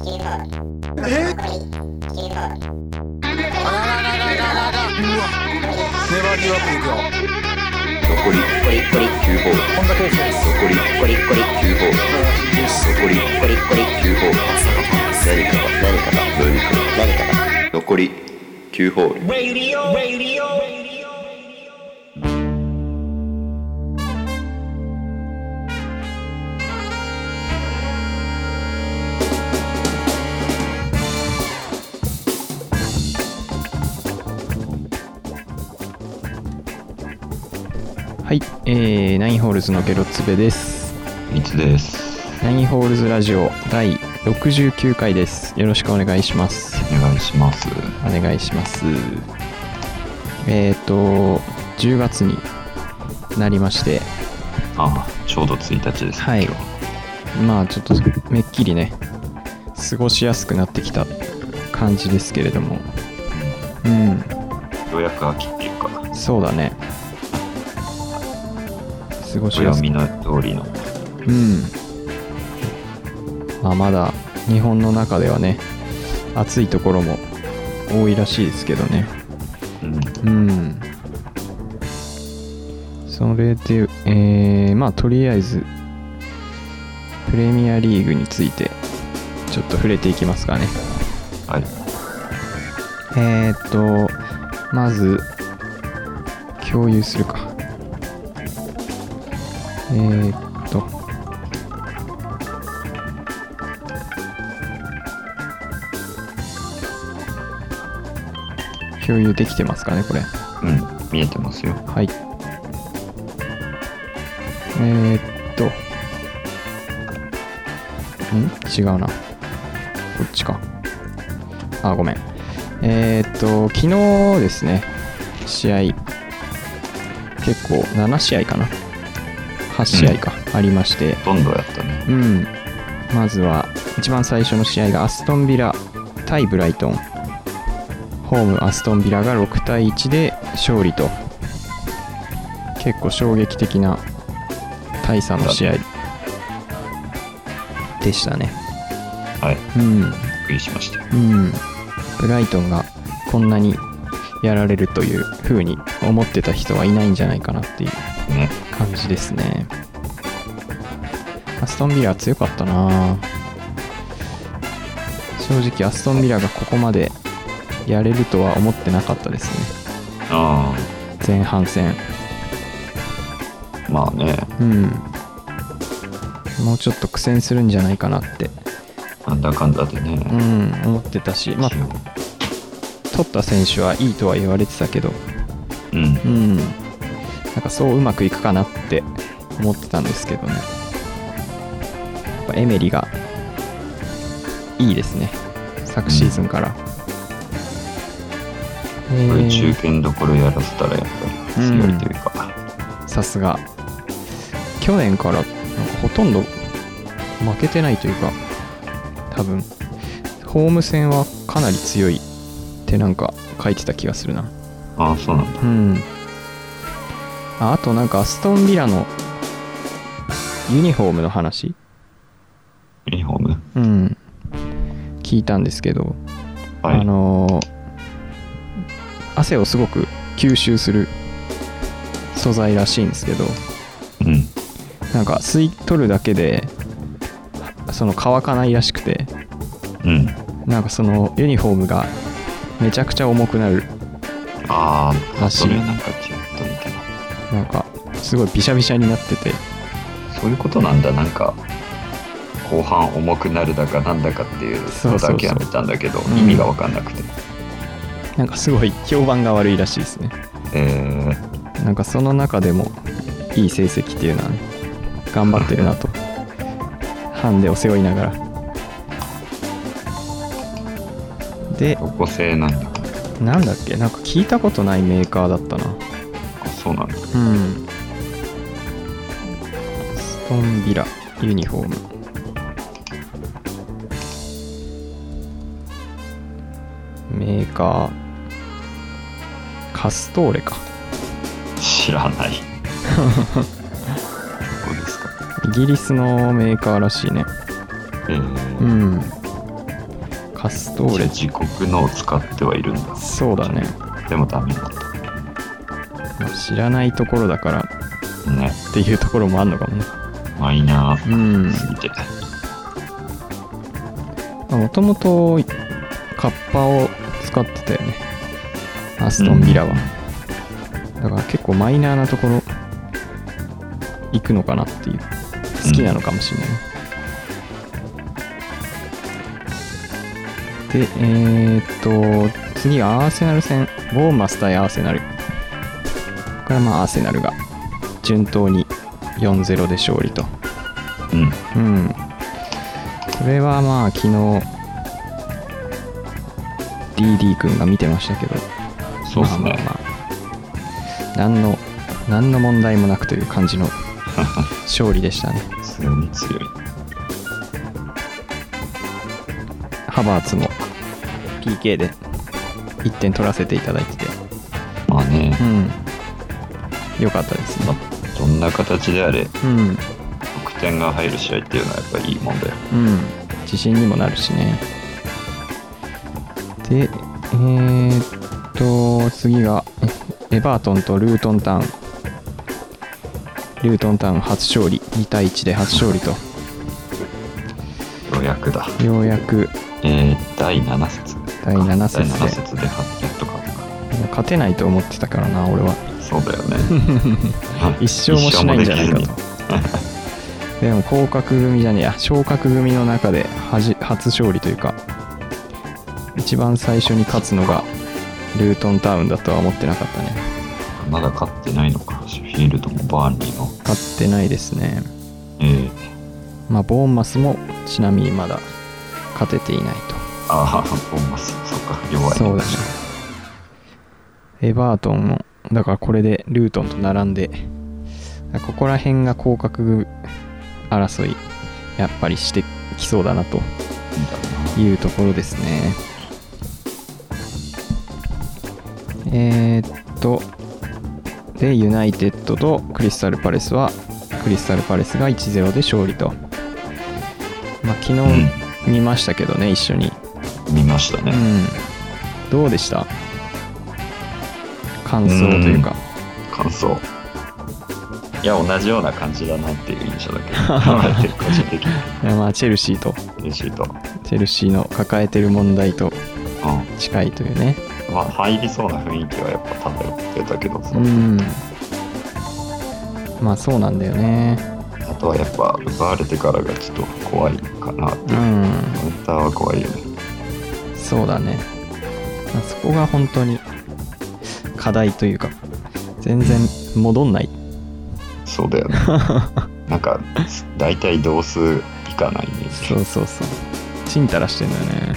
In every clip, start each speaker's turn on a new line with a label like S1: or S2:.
S1: えあらららららららうわネバーギブアップいくよ
S2: 残り9ホール
S1: 本田圭佑です
S2: 残り9ホール残り9ホール何かが何かが何かが何かが残り9ホール
S3: はい、えー、ナインホールズのゲロツベです。
S2: いつです
S3: ナインホールズラジオ第69回です。よろしくお願いします。
S2: お願いします
S3: お願いします。えっ、ー、と、10月になりまして、
S2: あちょうど1日ですね
S3: はい
S2: 今日
S3: まあちょっとめっきりね、過ごしやすくなってきた感じですけれども、うん、
S2: ようやく秋っていうか
S3: そうだね。過ごしやすく
S2: 暦の通りの
S3: うんまあまだ日本の中ではね暑いところも多いらしいですけどね
S2: うん
S3: うんそれでえー、まあとりあえずプレミアリーグについてちょっと触れていきますかね
S2: はい
S3: えー、っとまず共有するかえー、っと共有できてますかねこれ
S2: うん見えてますよ
S3: はいえー、っとん違うなこっちかあごめんえー、っと昨日ですね試合結構7試合かな8試合か、ありまして
S2: ほとんどやったね
S3: うんまずは一番最初の試合がアストンビラ対ブライトンホームアストンビラが6対1で勝利と結構衝撃的な大差の試合でしたね
S2: はい
S3: うん
S2: びっくりしました
S3: うんブライトンがこんなにやられるという風に思ってた人はいないんじゃないかなっていう
S2: ね
S3: 感じですねアストンビラ強かったな正直アストンビラがここまでやれるとは思ってなかったですね
S2: あ
S3: 前半戦
S2: あまあね
S3: うんもうちょっと苦戦するんじゃないかなって
S2: なんだかんだで
S3: う
S2: ね、
S3: ん思ってたしまあ取った選手はいいとは言われてたけど
S2: うん
S3: うんなんかそううまくいくかなって思ってたんですけどねやっぱエメリがいいですね昨シーズンから、え
S2: こ
S3: ー
S2: れ中堅どころやらせたらやっぱり強いというか、
S3: さすが去年からなんかほとんど負けてないというか多分ホーム戦はかなり強いってなんか書いてた気がするな
S2: ああそうなんだ
S3: うん、ああとなんかアストンビラのユニフォームの話、
S2: ユニフォーム
S3: うん、聞いたんですけど、
S2: は
S3: あ
S2: い
S3: のー汗をすごく吸収する素材らしいんですけど
S2: うん
S3: なんか吸い取るだけでその乾かないらしくて
S2: うん
S3: なんかそのユニフォームがめちゃくちゃ重くなる
S2: ああ
S3: 足
S2: それなんかちょっと見てな
S3: なんかすごいビシャビシャになってて
S2: そういうことなんだなんか後半重くなるだかなんだかっていう
S3: そうそう
S2: の
S3: そう
S2: だけやめたんだけど
S3: うん
S2: 意味が分かんなくて、
S3: なんかすごい評判が悪いらしいですね
S2: えー
S3: なんかその中でもいい成績っていうのはね頑張ってるなとハンデを背負いながらで
S2: 高校生なんだ
S3: なんだっけなんか聞いたことないメーカーだったな
S2: あそうなんだ
S3: うんストンビラユニフォームメーカーカストーレか
S2: 知らないどこですか
S3: イギリスのメーカーらしいね
S2: え
S4: うん
S3: うんカストー
S4: じゃ
S3: レ
S4: あ自国のを使ってはいるんだ
S3: そうだね
S4: でもダメなんだ
S3: 知らないところだから
S4: ね
S3: っていうところもあるのかもね
S4: マイナー
S3: うん
S4: すぎて、
S3: もともとカッパを使ってたよねアストンビラは、だから結構マイナーなところ行くのかなっていう好きなのかもしれないね、でえー、っと次アーセナル戦ボーンマス対アーセナルこれはまあアーセナルが順当に4-0で勝利と
S4: うん
S3: うん。これはまあ昨日 DD 君が見てましたけど、
S4: そうっす
S3: まあ
S4: ね
S3: まあまあ何の何の問題もなくという感じの勝利でしたね。
S4: 普通に強い
S3: ハバーツも PK で1点取らせていただいてて、
S4: まあね
S3: うん。良かったです
S4: ま
S3: ね。
S4: あどんな形であれ
S3: うん。
S4: 得点が入る試合っていうのはやっぱいいもんだよ
S3: うん自信にもなるしねでえー、っと次がえエバートンとルートンタウンルートンタウン初勝利2対1で初勝利と
S4: ようやくだ
S3: ようやく
S4: えー、第7節
S3: 第7節
S4: 第
S3: で
S4: 7節で8点とか
S3: 勝てないと思ってたからな俺は
S4: そうだよね
S3: 一生もしないんじゃないかと
S4: 一生もできずに
S3: でも降格組じゃねえや昇格組の中ではじ初勝利というか一番最初に勝つのがルートンタウンだとは思ってなかったね
S4: まだ勝ってないのかシュフィールドもバーンリーも
S3: 勝ってないですね
S4: えー、
S3: まあボーンマスもちなみにまだ勝てていない
S4: ああボーマスそっか弱
S3: と
S4: い
S3: そうだねエバートンもだからこれでルートンと並んでここら辺が降格争いやっぱりしてきそうだなと
S4: いいんだな
S3: いうところですねえー、っとでユナイテッドとクリスタルパレスはクリスタルパレスが1-0で勝利と、まあ、昨日見ましたけどね、一緒に、
S4: 見ました
S3: う
S4: ね、
S3: ん、どうでした感想というか、
S4: 感想いや同じような感じだなっていう印象 だけど結構個人的に
S3: まあ、チェルシーと
S4: 嬉しいと、
S3: チェルシーの抱えてる問題と
S4: う
S3: 近いというね
S4: ん、まあ入りそうな雰囲気はやっぱ漂ってたけどさ、
S3: うんまあそうなんだよね
S4: あとはやっぱ奪われてからがちょっと怖いかなって
S3: う
S4: いうんカウンターは怖いよね
S3: そうだね、まあそこが本当に課題というか全然戻んない
S4: そうだよ ねなんか大体同数いかないイメー
S3: そ
S4: ジ
S3: うそうそうちんたらしてんだよね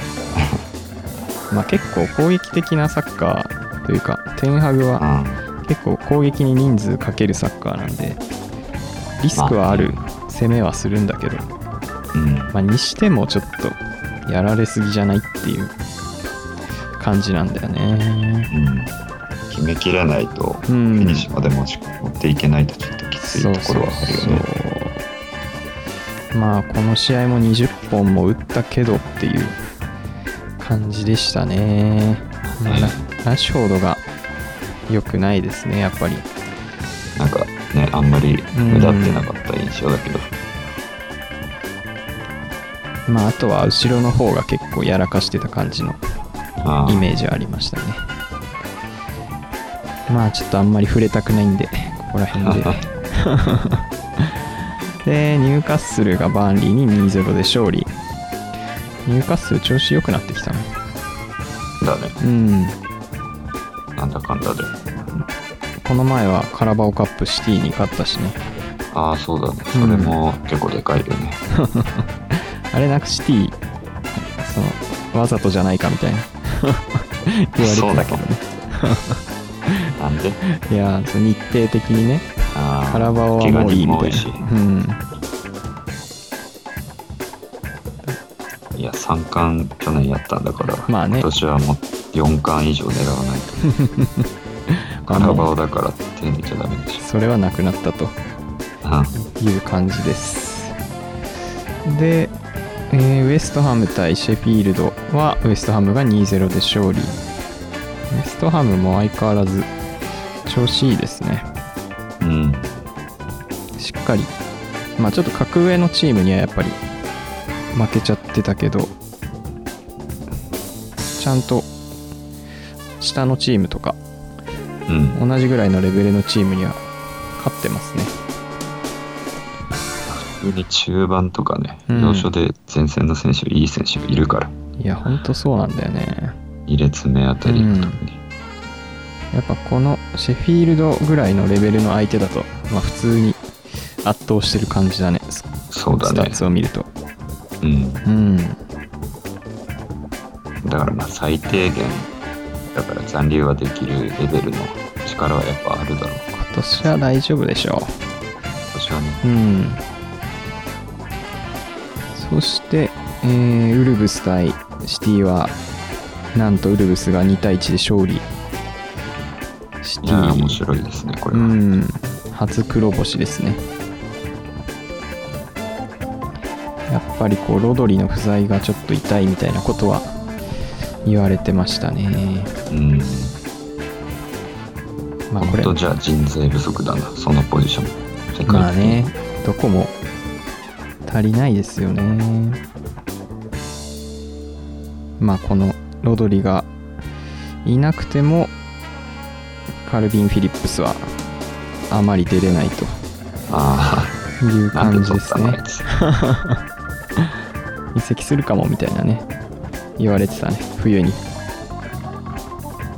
S3: まあ結構攻撃的なサッカーというかテンハグ
S4: う
S3: は
S4: ん
S3: 結構攻撃に人数かけるサッカーなんでリスクはある攻めはするんだけど、
S4: うん
S3: まあ、にしてもちょっとやられすぎじゃないっていう感じなんだよね
S4: うん決めきれないと
S3: う
S4: フ
S3: ん
S4: ィニッシュまで持ち持っていけないとちょっときついところはあるよね
S3: そうまあこの試合も20本も打ったけどっていう感じでしたね、まあララッシュフォードが良くないですねやっぱり
S4: なんかねあんまり目立ってなかった印象だけど、
S3: まああとは後ろの方が結構やらかしてた感じの
S4: ああ
S3: イメージはありましたねまあちょっとあんまり触れたくないんでここら辺 ででニューカッスルがバーンリーに2-0で勝利ニューカッスル調子良くなってきたね
S4: だね
S3: うん
S4: なんだかんだで
S3: この前はカラバオカップシティに勝ったしね
S4: ああそうだねそれも結構でかいよね、
S3: あれなくシティそのわざとじゃないかみたいな 言われてたけどね
S4: なんで
S3: いやーその日程的にね
S4: ああ
S3: カラバオはもういいみたい
S4: 怪我人も
S3: なうん
S4: 多いしいや3冠去年やったんだから、
S3: まあね
S4: 今年はもう4冠以上狙わない とカラバオだから手抜いちゃダメでしょ
S3: それはなくなったと
S4: あ
S3: いう感じですでえーウエストハム対シェフィールドはウエストハムが2-0で勝利ウエストハムも相変わらず調子いいですね
S4: うん。
S3: しっかりまあちょっと格上のチームにはやっぱり負けちゃってたけどちゃんと下のチームとか
S4: うん。
S3: 同じぐらいのレベルのチームには勝ってますね
S4: 特に中盤とかね、
S3: うん
S4: 要所で前線の選手、いい選手いるから、
S3: いやほんとそうなんだよね
S4: 2列目あたりが特に。
S3: やっぱこのシェフィールドぐらいのレベルの相手だと、まあ、普通に圧倒してる感じだねス
S4: そうだ
S3: スタッ
S4: ね。
S3: ツを見ると
S4: うん。
S3: うん
S4: だからまあ最低限、だから残留はできるレベルの力はやっぱあるだろう。
S3: 今年は大丈夫でしょ
S4: 今年はね。
S3: ううんそして、えーウルブス対シティはなんとウルブスが2対1で勝利シテ
S4: いやー、面
S3: ィ
S4: 白いですね、これ
S3: う
S4: は。
S3: ん初黒星ですねやっぱりこうロドリの不在がちょっと痛いみたいなことは言われてましたね
S4: うん。
S3: まあこ
S4: 本
S3: れ
S4: 当じゃあ人材不足だな、そのポジション。世界的に
S3: まあね。どこも足りないですよねまあこのロドリがいなくてもカルビン・フィリップスはあまり出れないと
S4: あ
S3: いう
S4: あ、な
S3: 感
S4: んで
S3: じ
S4: 取
S3: で
S4: っ
S3: す
S4: たの
S3: ね
S4: あいつ。
S3: 移籍するかもみたいなね言われてたね冬に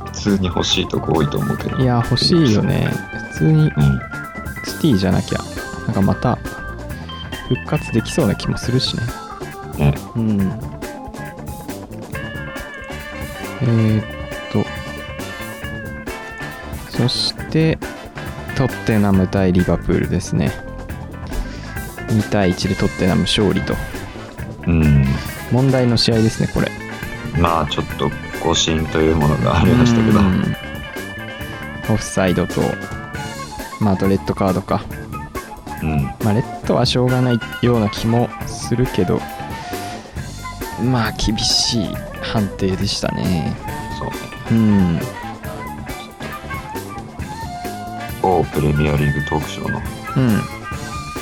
S4: 普通に欲しいとこ多いと思うけど。
S3: いや欲しいよ。ね普通に
S4: うん。
S3: シティじゃなきゃなんかまた復活できそうな気もするしね
S4: ね。
S3: うんえー、っとそしてトッテナム対リバプールですね2対1でトッテナム勝利と
S4: うん。
S3: 問題の試合ですねこれ
S4: まあちょっと誤信というものがありましたけど。
S3: うんオフサイドと、まあ、あとレッドカードか、
S4: うん。
S3: まあ、レッドはしょうがないような気もするけどまあ厳しい判定でしたね
S4: そうね。
S3: うん
S4: 某プレミアリーグトークショーの
S3: うん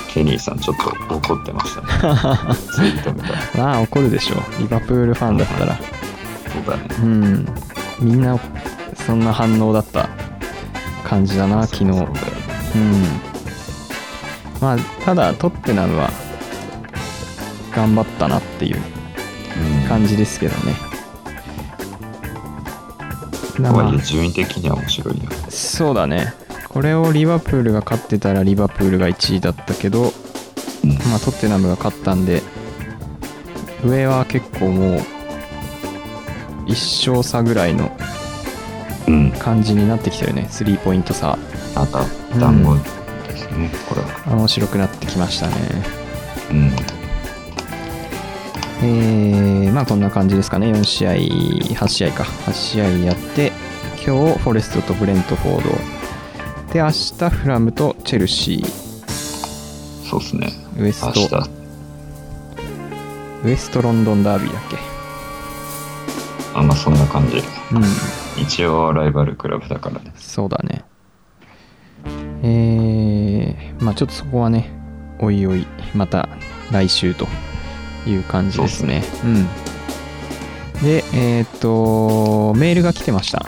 S4: ケニーさん、ちょっと怒ってましたね。 ツイートみたいな。
S3: まあ怒るでしょリバプールファンだったら
S4: そうだね。
S3: うんみんなそんな反応だった感じだな昨日
S4: そううんだよね
S3: まあただトッテナムは頑張ったなっていう
S4: うん
S3: 感じですけどね。まあ
S4: とはいえ、順位的には面白いよ。
S3: そうだね。これをリバプールが勝ってたらリバプールが1位だったけど、
S4: うん
S3: まあ、トッテナムが勝ったんで、上は結構もう、1勝差ぐらいの
S4: うん。
S3: 感じになってきてるね。3ポイント差。
S4: また、団子ですね、これは。
S3: 面白くなってきましたね。
S4: うん。
S3: えー、まあこんな感じですかね。4試合、8試合か。8試合やって、今日、フォレストとブレントフォード。で、明日、フラムとチェルシ
S4: そうですね。
S3: ー。ウエス
S4: 明
S3: ト
S4: 日、、
S3: ウエストロンドンダービーだっけ
S4: あんまあそんな感じ。
S3: うん、
S4: 一応、ライバルクラブだからね。
S3: そうだね。えー、まあちょっとそこはね、おいおい、また来週という感じですね。うん。で、えーっ、と、メールが来てました。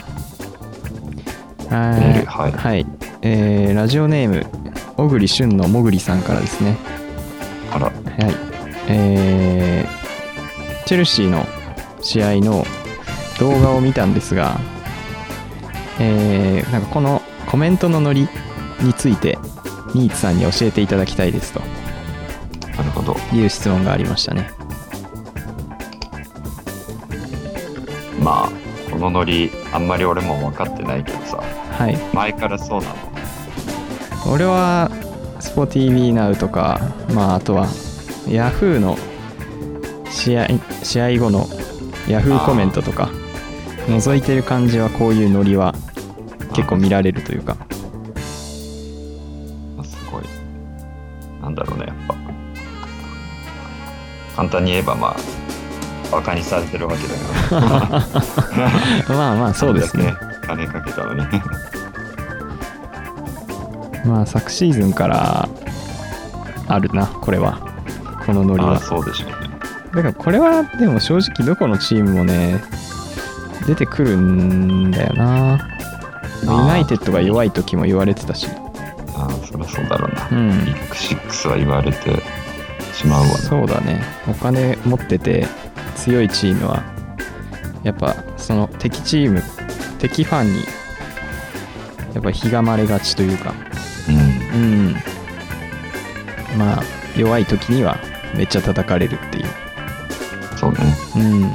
S4: メー
S3: メ
S4: ルはい
S3: はい。えーラジオネーム、小栗旬のもぐりさんからですね。
S4: あら、
S3: はい、えーチェルシーの試合の動画を見たんですが、えーなんかこのコメントのノリについてニーツさんに教えていただきたいですと
S4: なるほど。
S3: いう質問がありましたね。
S4: まあ、このノリ、あんまり俺も分かってないけどさ、
S3: はい、
S4: 前からそうなの。
S3: 俺は SporTV Now とか、まあ、あとは Yahoo の試合試合後の Yahoo コメントとか覗いてる感じはこういうノリは結構見られるというか。
S4: まあすごい。なんだろうね、やっぱ。簡単に言えばまあバカにされてるわけだから
S3: まあまあ そうですね
S4: あれだけ金かけたのに
S3: まあ昨シーズンからあるなこれはこのノリ
S4: あ
S3: は
S4: あそうでしょうね
S3: だからこれはでも正直どこのチームもね出てくるんだよなユ
S4: あー
S3: ナイテッドが弱い時も言われてたし
S4: ああそりゃそうだろうな、
S3: うん
S4: ビッグシックスは言われてしまうわな
S3: そうだねお金持ってて強いチームはやっぱその敵チーム敵ファンにやっぱひがまれがちというか
S4: うん
S3: うんまあ弱い時にはめっちゃ叩かれるっていう
S4: そうね
S3: うん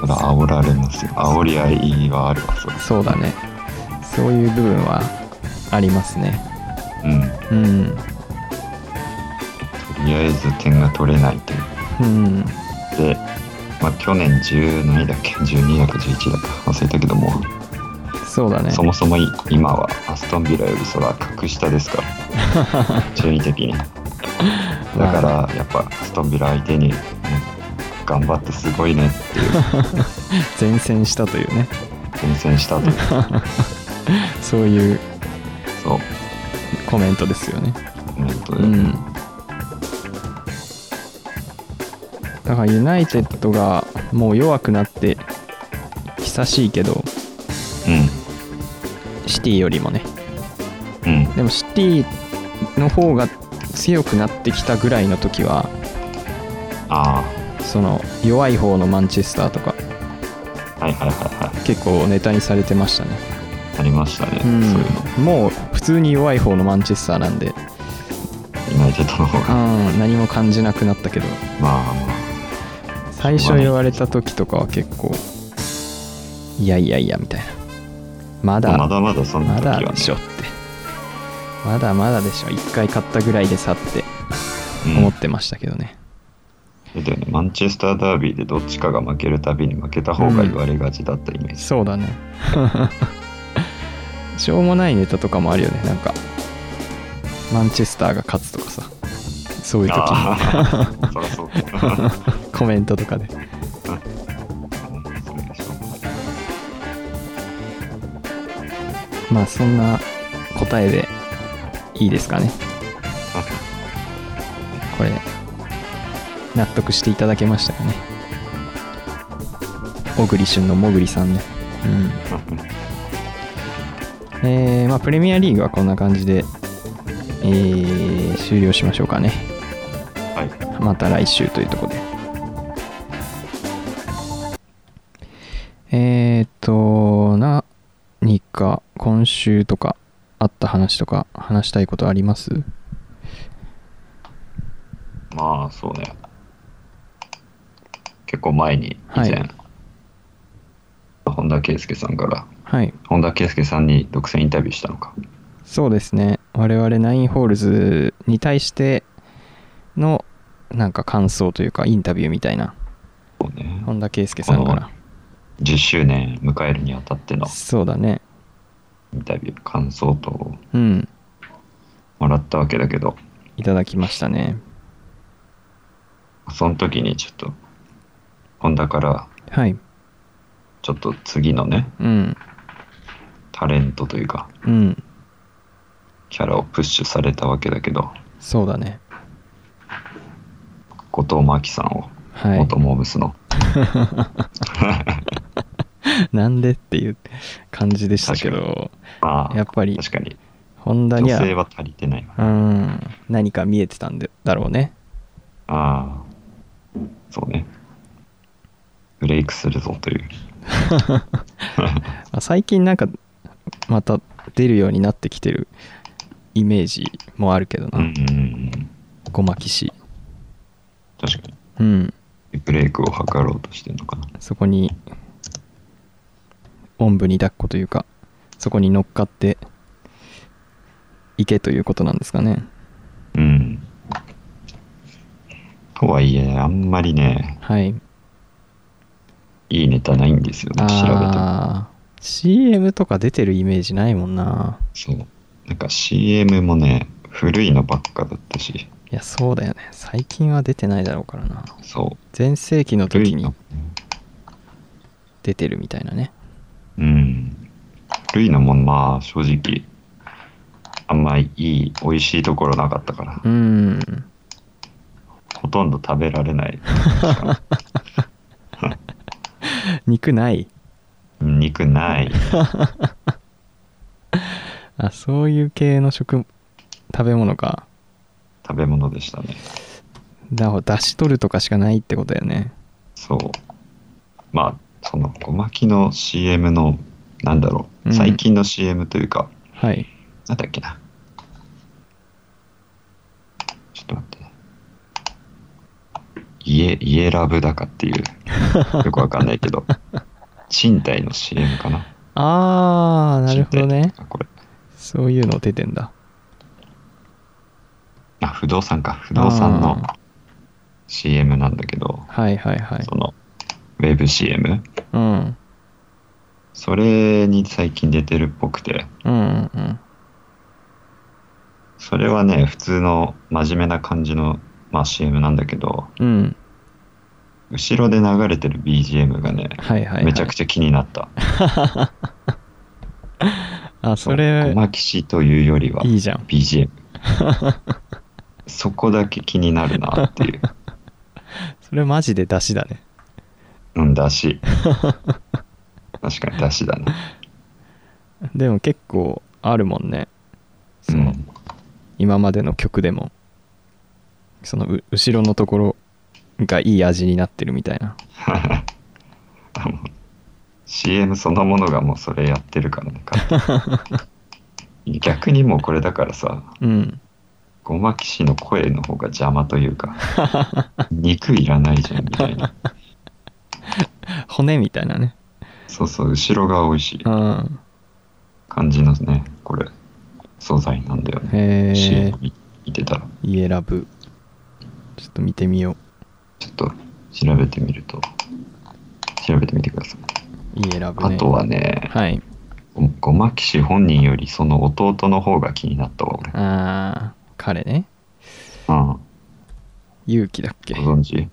S4: ただ煽られますよ煽り合いはあるわそれ
S3: そうだねそういう部分はありますね
S4: うん
S3: うん
S4: とりあえず点が取れないという
S3: うん
S4: で、まあ、去年10何位だっけ12だか11だか忘れたけども、
S3: そうだね
S4: そもそもい今はアストンビラよりそれは格下ですから 順位的にだからやっぱアストンビラ相手に、ね、頑張ってすごいねっていう
S3: 前線したというね
S4: 厳選したという
S3: そういう
S4: そう
S3: コメントですよね
S4: コメントで、
S3: うんだからユナイテッドがもう弱くなって久しいけどシティよりもね
S4: うんうん
S3: でもシティの方が強くなってきたぐらいの時は
S4: あ
S3: その弱い方のマンチェスターとか
S4: あはいはいはいは
S3: 結構ネタにされてましたね、
S4: いありましたね、そういうの
S3: もう普通に弱い方のマンチェスターなんで、
S4: ユナイテッドの方
S3: う
S4: が
S3: ん、何も感じなくなったけど
S4: まあまあ
S3: 最初言われた時とかは結構いやいやいやみたいなまだ
S4: まだまだそんな
S3: ま
S4: 時は、
S3: だ
S4: ね、
S3: でしょってまだまだでしょ1回買ったぐらいでさって
S4: うん
S3: 思ってましたけどね、
S4: そうだよね、マンチェスターダービーでどっちかが負けるたびに負けた方が言われがちだったイメージ、
S3: そうだね しょうもないネタとかもあるよねなんかマンチェスターが勝つとかさそういう時
S4: あ
S3: の
S4: あ そりゃそうだ
S3: コメントとかでまあそんな答えでいいですかねこれ納得していただけましたかね小栗旬のもぐりさんねうんえーまあ、プレミアリーグはこんな感じで、えー終了しましょうかね。
S4: はい
S3: また来週というところで。えーっと、何か今週とかあった話とか話したいことあります
S4: まあそうね結構前に以前、
S3: はい
S4: 本田圭佑さんから
S3: はい。
S4: 本田圭佑さんに独占インタビューしたのか
S3: そうですね。我々ナインホールズに対してのなんか感想というかインタビューみたいな
S4: そうね
S3: 本田圭佑さんから。
S4: 10周年迎えるにあたっての
S3: そうだね。
S4: インタビュー感想とを
S3: うん。
S4: もらったわけだけど
S3: いただきましたね。
S4: その時にちょっと本田から
S3: はい。
S4: ちょっと次のね
S3: うん。
S4: タレントというか
S3: うん。
S4: キャラをプッシュされたわけだけど
S3: そうだね。
S4: 後藤真希さんを
S3: はい
S4: 元。モーブスの、
S3: なんでっていう感じでしたけど、
S4: まあ
S3: やっぱり
S4: 確かに
S3: 本田に
S4: 女性
S3: は、
S4: は足りてないわ
S3: うん、何か見えてたんでだろうね。
S4: ああそうねブレイクするぞ という
S3: まあ最近なんか、また出るようになってきてるイメージもあるけど
S4: うんう
S3: な、
S4: んうん
S3: ごまきし。
S4: 確か
S3: うん。
S4: にブレイクを図ろうとしてるのかな
S3: そこに、おんぶに抱っこというか、そこに乗っかって、いけということなんですかね。
S4: うんとはいえあんまりね
S3: はい。
S4: いいネタないんですよね調べても
S3: あー CM とか出てるイメージないもんな
S4: そうなんか CM もね古いのばっかだったし
S3: や、そうだよね。最近は出てないだろうからな。
S4: そ
S3: 全盛期の
S4: う。
S3: 時に出てるみたいなね。
S4: うん。ルイのもまあ正直、あんまいい、美味しいところなかったから、
S3: うーん。
S4: ほとんど食べら れない。
S3: 肉ない。
S4: 肉ない。
S3: あ、そういう系の食、食べ物か。
S4: 食べ物でしたね。
S3: だから出し取るとかしかないってことだよね。
S4: そう。まあ、その、ごまきの CM の、なんだろ
S3: う
S4: う、
S3: ん
S4: 最近の CM というか、
S3: はい。
S4: なんだっけな。ちょっと待ってね。家、家ラブだかっ ていう、よくわかんないけど、賃貸の CM かな。
S3: あー、なるほど
S4: 賃
S3: ね
S4: 貸。あこれ。
S3: そういうの出てんだ。
S4: あ、不動産か。不動産の
S3: あ
S4: CM なんだけど、
S3: はいはいはい
S4: そ。の、ウェブ CM。
S3: うん。
S4: それに最近出てるっぽくて、
S3: うんうんうん。
S4: それはね、普通の真面目な感じの、まあ、CM なんだけど、
S3: うん。
S4: 後ろで流れてる BGM がね、
S3: はいはい、はい。
S4: めちゃくちゃ気になった。
S3: あ、それ
S4: 小、牧市というよりはい
S3: いじゃん。
S4: BGM。そこだけ気になるなっていう。
S3: それマジで出しだね。
S4: うん、だし。確かにだしだね。
S3: でも結構あるもんね。
S4: う
S3: その、
S4: ん。
S3: 今までの曲でも。そのう後ろのところがいい味になってるみたいな。
S4: あの CM そのものがもうそれやってるからね。勝 手に逆にもうこれだからさ、
S3: うん。
S4: ゴマキシの声の方が邪魔とい うか、肉いらないじゃんみたいな。
S3: 骨みたいなね。
S4: そうそう、後ろが美味しい
S3: うん。
S4: 感じのね、これ、素材なんだよね。
S3: へえ
S4: CM、見てたら、
S3: 家ラブ。ちょっと見てみよ
S4: ちょっと調べてみると、調べてみてください。
S3: う。家ラブ
S4: あ
S3: ね。
S4: とはね、
S3: はい。
S4: ごごまきし本人よりその弟の方が気になったわ、俺。
S3: あー、彼ね。
S4: うん、
S3: 勇気だっけ。
S4: ご存知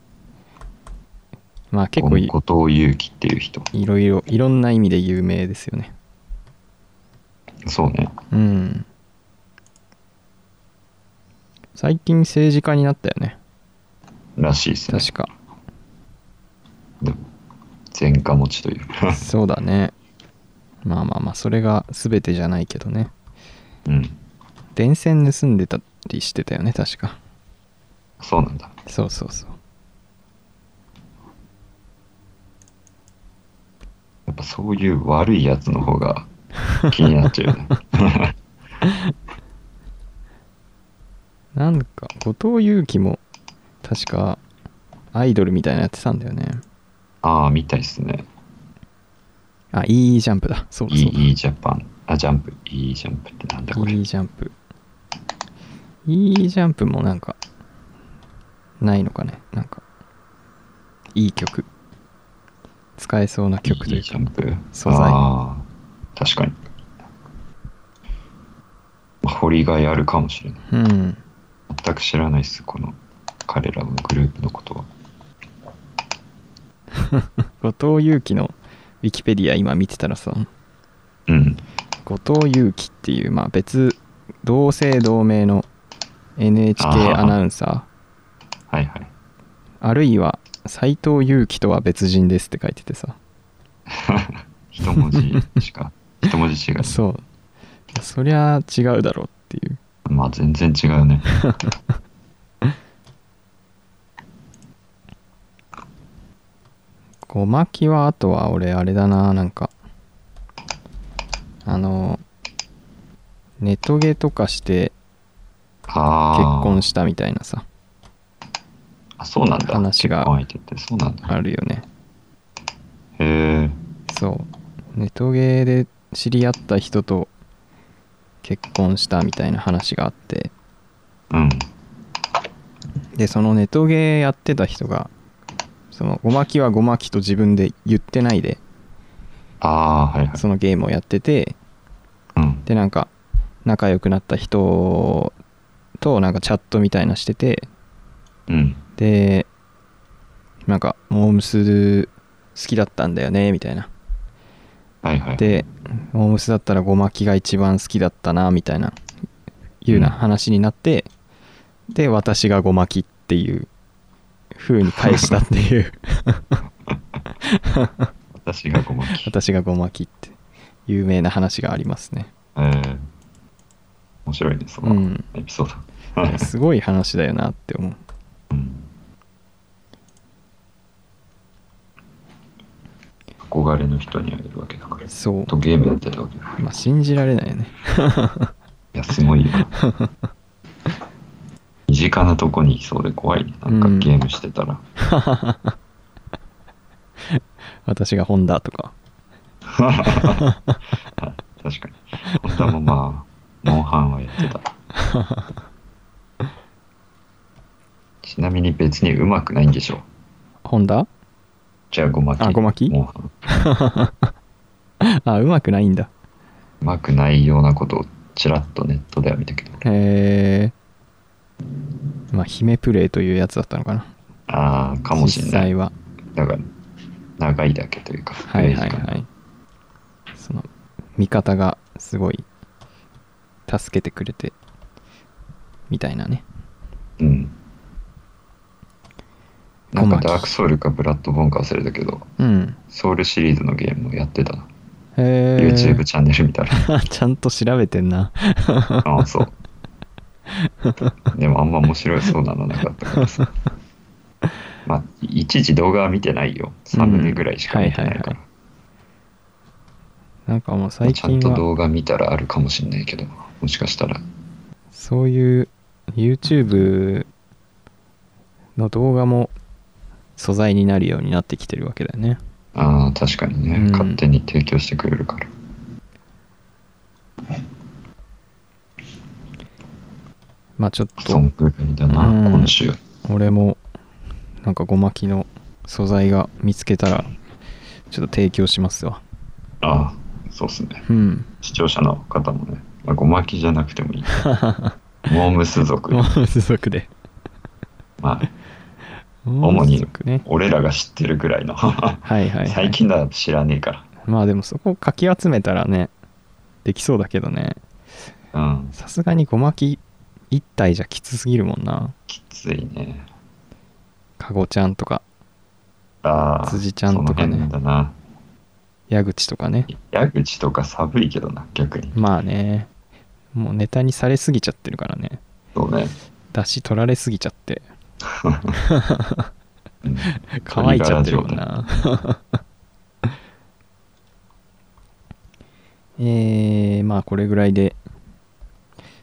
S3: まあ結構い
S4: 後藤祐樹っていう人。
S3: いろいろ、いろんな意味で有名ですよね。
S4: そうね。
S3: うん。最近政治家になったよね。
S4: らしいですね。
S3: 確か。
S4: 前科持ちという。
S3: そうだね。まあまあまあ、それが全てじゃないけどね。
S4: うん。
S3: 電線盗んでたりしてたよね、確か。
S4: そうなんだ。
S3: そうそうそう。
S4: やっぱそういう悪いやつの方が気になっちゃ うよね。
S3: なんか、後藤祐樹も、確か、アイドルみたいなのやってたんだよね。
S4: ああ、みたいですね。
S3: あ、いいジャンプだ。そうだ
S4: い
S3: そうだ。
S4: い、いいジャパン。あ、ジャンプ。いいジャンプってなんだこれ。
S3: いいジャンプ。いいジャンプもなんか、ないのかね。なんか、いい曲。使えそうな曲と
S4: い
S3: い
S4: いうジ
S3: か
S4: ャ。ンプ。
S3: 素材
S4: ああ、確かに。まあ掘りがいあるかもしれない。
S3: うん。
S4: 全く知らないっす、この彼らのグループのことは。
S3: 後藤祐樹のウィキペディア今見てたらさ、
S4: うん。
S3: 後藤祐樹っていう、まあ別、同姓同名の NHK
S4: あー
S3: アナウンサ
S4: はいはい。
S3: ー、あるいは斎藤祐樹とは別人ですって書いててさ。
S4: 一文字 しか、一文字違い。
S3: そう。いやそりゃ違うだろうっていう。
S4: まあ全然違うね。
S3: ごまきはあとは俺あれだななんかあのネトゲとかして
S4: あ
S3: 結
S4: あ。
S3: 婚したみたいなさ
S4: あ、そうなんだ。
S3: 話が
S4: 結婚相手って、そうなんだ。
S3: あるよね
S4: へえ。
S3: そうネトゲで知り合った人と結婚したみたいな話があって
S4: うん。
S3: でそのネトゲやってた人がそのごまきはごまきと自分で言ってないで
S4: ああ、はいはい。
S3: そのゲームをやってて
S4: うん。
S3: でなんか仲良くなった人となんかチャットみたいなしてて
S4: うん。
S3: でなんかモームス好きだったんだよねみたいな
S4: はいはい。
S3: でモームスだったらゴマキが一番好きだったなみたいないうな
S4: うん
S3: 話になってで私がゴマキっていう風に返したっていう
S4: 私がごまき。
S3: 私がゴマキって有名な話がありますね
S4: えー、面白いね、そうの
S3: ん
S4: エピソード。
S3: いやすごい話だよなって思う
S4: うん憧れの人に会えるわけだから。
S3: そう
S4: とゲームやってたわけだから。
S3: まあ信じられないよね
S4: いや、すご いよ。身近なとこにいそうで怖いね。なんか
S3: うん
S4: ゲームしてたら。
S3: 私がホンダとか
S4: 確かに。本当はもうまあ、モンハンはやってた。ちなみに別にうまくないんでしょう。
S3: ホンダ
S4: じゃあごまき。
S3: あごまき
S4: モンハン
S3: あうまくないんだ
S4: うまくないようなことをちらっとネットでは見たけど。
S3: へえまあ姫プレイというやつだったのかな
S4: ああ、かもしれ
S3: 実
S4: ない
S3: 際。は
S4: だから、長いだけというか、
S3: はいはい
S4: フレーズ
S3: は
S4: が
S3: いその味方がすごい助けてくれてみたいなね
S4: うん。なん
S3: ご
S4: か
S3: まき
S4: ダークソウルかブラッドボーンか忘れたけど、
S3: うん
S4: ソウルシリーズのゲームをやってたな。
S3: へえ
S4: YouTube チャンネル見た ら。
S3: ちゃんと調べてんな
S4: ああ、 そう。でもあんま面白いそうなのなかったからさ。まあ、いちいち動画は見てないよ。サムネぐらいしか見てな
S3: うん
S4: いから。
S3: はいはいはいなんかもう
S4: まあ
S3: 最
S4: ちゃん
S3: 近
S4: と
S3: は
S4: 動画見たらあるかもしれないけど、もしかしたら。
S3: そういう YouTube の動画も素材になるようになってきてるわけだよね
S4: ああ、確かにね、
S3: うん
S4: 勝手に提供してくれるから。
S3: まあちょっ
S4: そ
S3: と
S4: んぐらいだな、
S3: うん
S4: 今週。
S3: 俺もなんかごまきの素材が見つけたらちょっと提供しますわ
S4: ああ、そうっすね。
S3: うん
S4: 視聴者の方もね、まあ、ごまきじゃなくてもいい。モームス 族。
S3: モームス族で
S4: まあ、
S3: 主
S4: に
S3: ね
S4: 俺らが知ってるぐらいの。
S3: はいはい、はい、
S4: 最近だと知らねえか
S3: まあでもそこをかき集めたらねできそうだけどね
S4: ら。うん、
S3: さすがにごまき1体じゃきつすぎるもんな
S4: きついね。
S3: かごちゃんとか
S4: ああ、
S3: 辻ちゃんとかね
S4: その辺だな。
S3: 矢口とかね
S4: 矢口とか寒いけどな、逆に。
S3: まあねもうネタにされすぎちゃってるからね
S4: そうね。
S3: 出汁取られすぎちゃって
S4: うん
S3: 乾いちゃってるもんな えー、まあこれぐらいで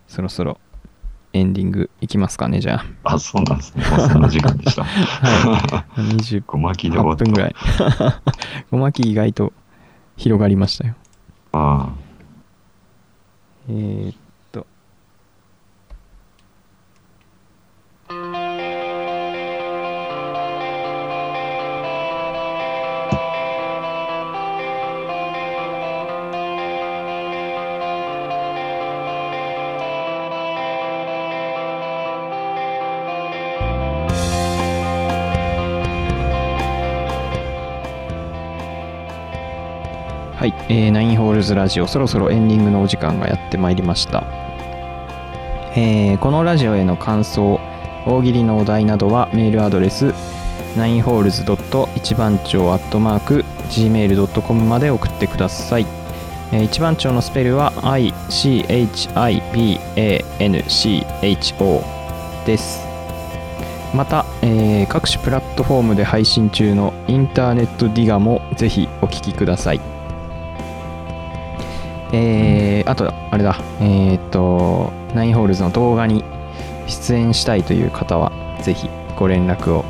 S3: そろそろエンディングいきますかねじゃ
S4: あ、そうなんですね。もうそんな時間 でした。
S3: はあ28
S4: ごまきで終わった。
S3: 分ぐらい ごまき意外と広がりましたよ
S4: あ
S3: えー、っとはい、えー、ナインホールズラジオそろそろエンディングのお時間がやってまいりました、えーこのラジオへの感想大喜利のお題などはメールアドレス 9holes. 一番町アットマーク gmail.com まで送ってください、えー一番町のスペルは ICHIBANCHO ですまた、えー各種プラットフォームで配信中のインターネットディガもぜひお聞きくださいえーあとあれだえーっとナインホールズの動画に出演したいという方はぜひご連絡を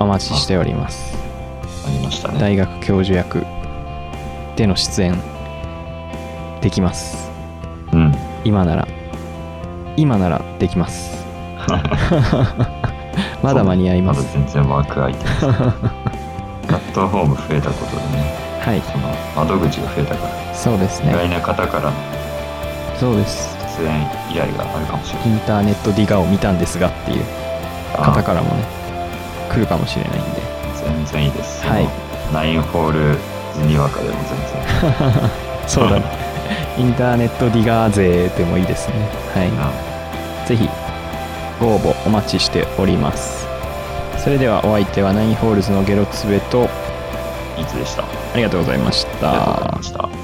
S3: お待ちしております
S4: あ、ありましたね。
S3: 大学教授役での出演できます
S4: うん。
S3: 今なら今ならできますまだ間に合いま
S4: まだ
S3: す
S4: 全然ワーク空 いてます。プラットフォーム増えたことでね、
S3: はい
S4: その窓口が増えたから、
S3: そうです
S4: 意
S3: ね
S4: 外な方からの
S3: そうです
S4: 出演依頼があるかもしれな
S3: イ
S4: い。
S3: ンターネットディガを見たんですがっていう
S4: あ
S3: 方からもね来るかもしれないんで
S4: 全然いいです。
S3: はい
S4: その。ナインホールズにわかでも全然。
S3: そうだねインターネットディガー勢でもいいですねは
S4: あ
S3: いぜひご応募お待ちしておりますそれではお相手はナインホールズのゲロツベと
S4: いつでした。あり
S3: ありがとうございまし
S4: がとうござい
S3: た
S4: ました。